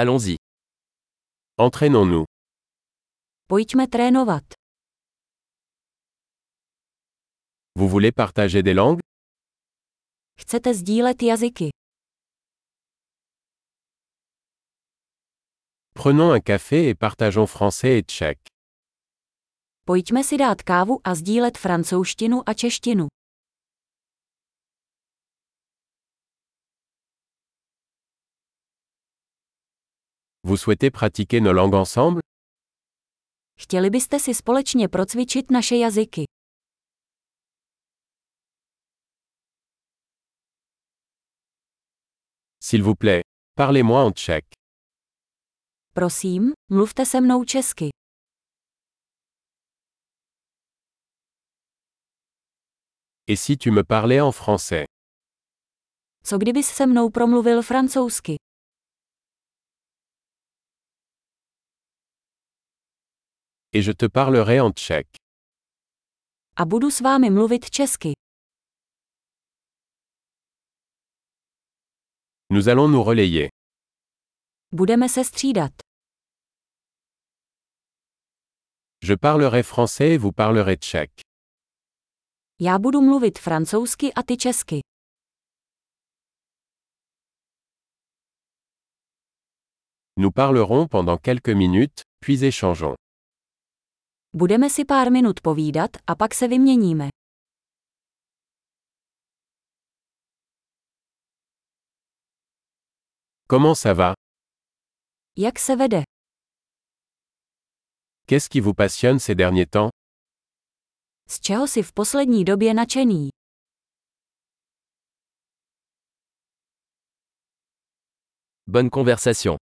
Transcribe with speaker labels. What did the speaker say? Speaker 1: Allons-y. Entraînons-nous.
Speaker 2: Pojďme trénovat.
Speaker 1: Vous voulez partager des langues
Speaker 2: Chcete sdílet jazyky?
Speaker 1: Prenons un café et partageons français et tchèque.
Speaker 2: Pojďme si dát kávu a sdílet francouzštinu a češtinu.
Speaker 1: Vous souhaitez pratiquer nos langues ensemble
Speaker 2: Chtěli byste si společně procvičit naše jazyky?
Speaker 1: S'il vous plaît, parlez-moi en tchèque.
Speaker 2: Prosím, mluvte se mnou česky.
Speaker 1: Et si tu me parlais en français
Speaker 2: Co kdybys se mnou promluvil francouzsky?
Speaker 1: Et je te parlerai en tchèque.
Speaker 2: A budu s vámi mluvit česky.
Speaker 1: Nous allons nous relayer.
Speaker 2: Budeme se střídat.
Speaker 1: Je parlerai français et vous parlerez tchèque.
Speaker 2: Já budu mluvit francouzsky a ty česky.
Speaker 1: Nous parlerons pendant quelques minutes, puis échangeons.
Speaker 2: Budeme si pár minut povídat a pak se vyměníme.
Speaker 1: Comment ça va
Speaker 2: Jak se vede?
Speaker 1: Qu'est-ce qui vous passionne ces derniers temps
Speaker 2: Z čeho si v poslední době načený?
Speaker 3: Bonne conversation.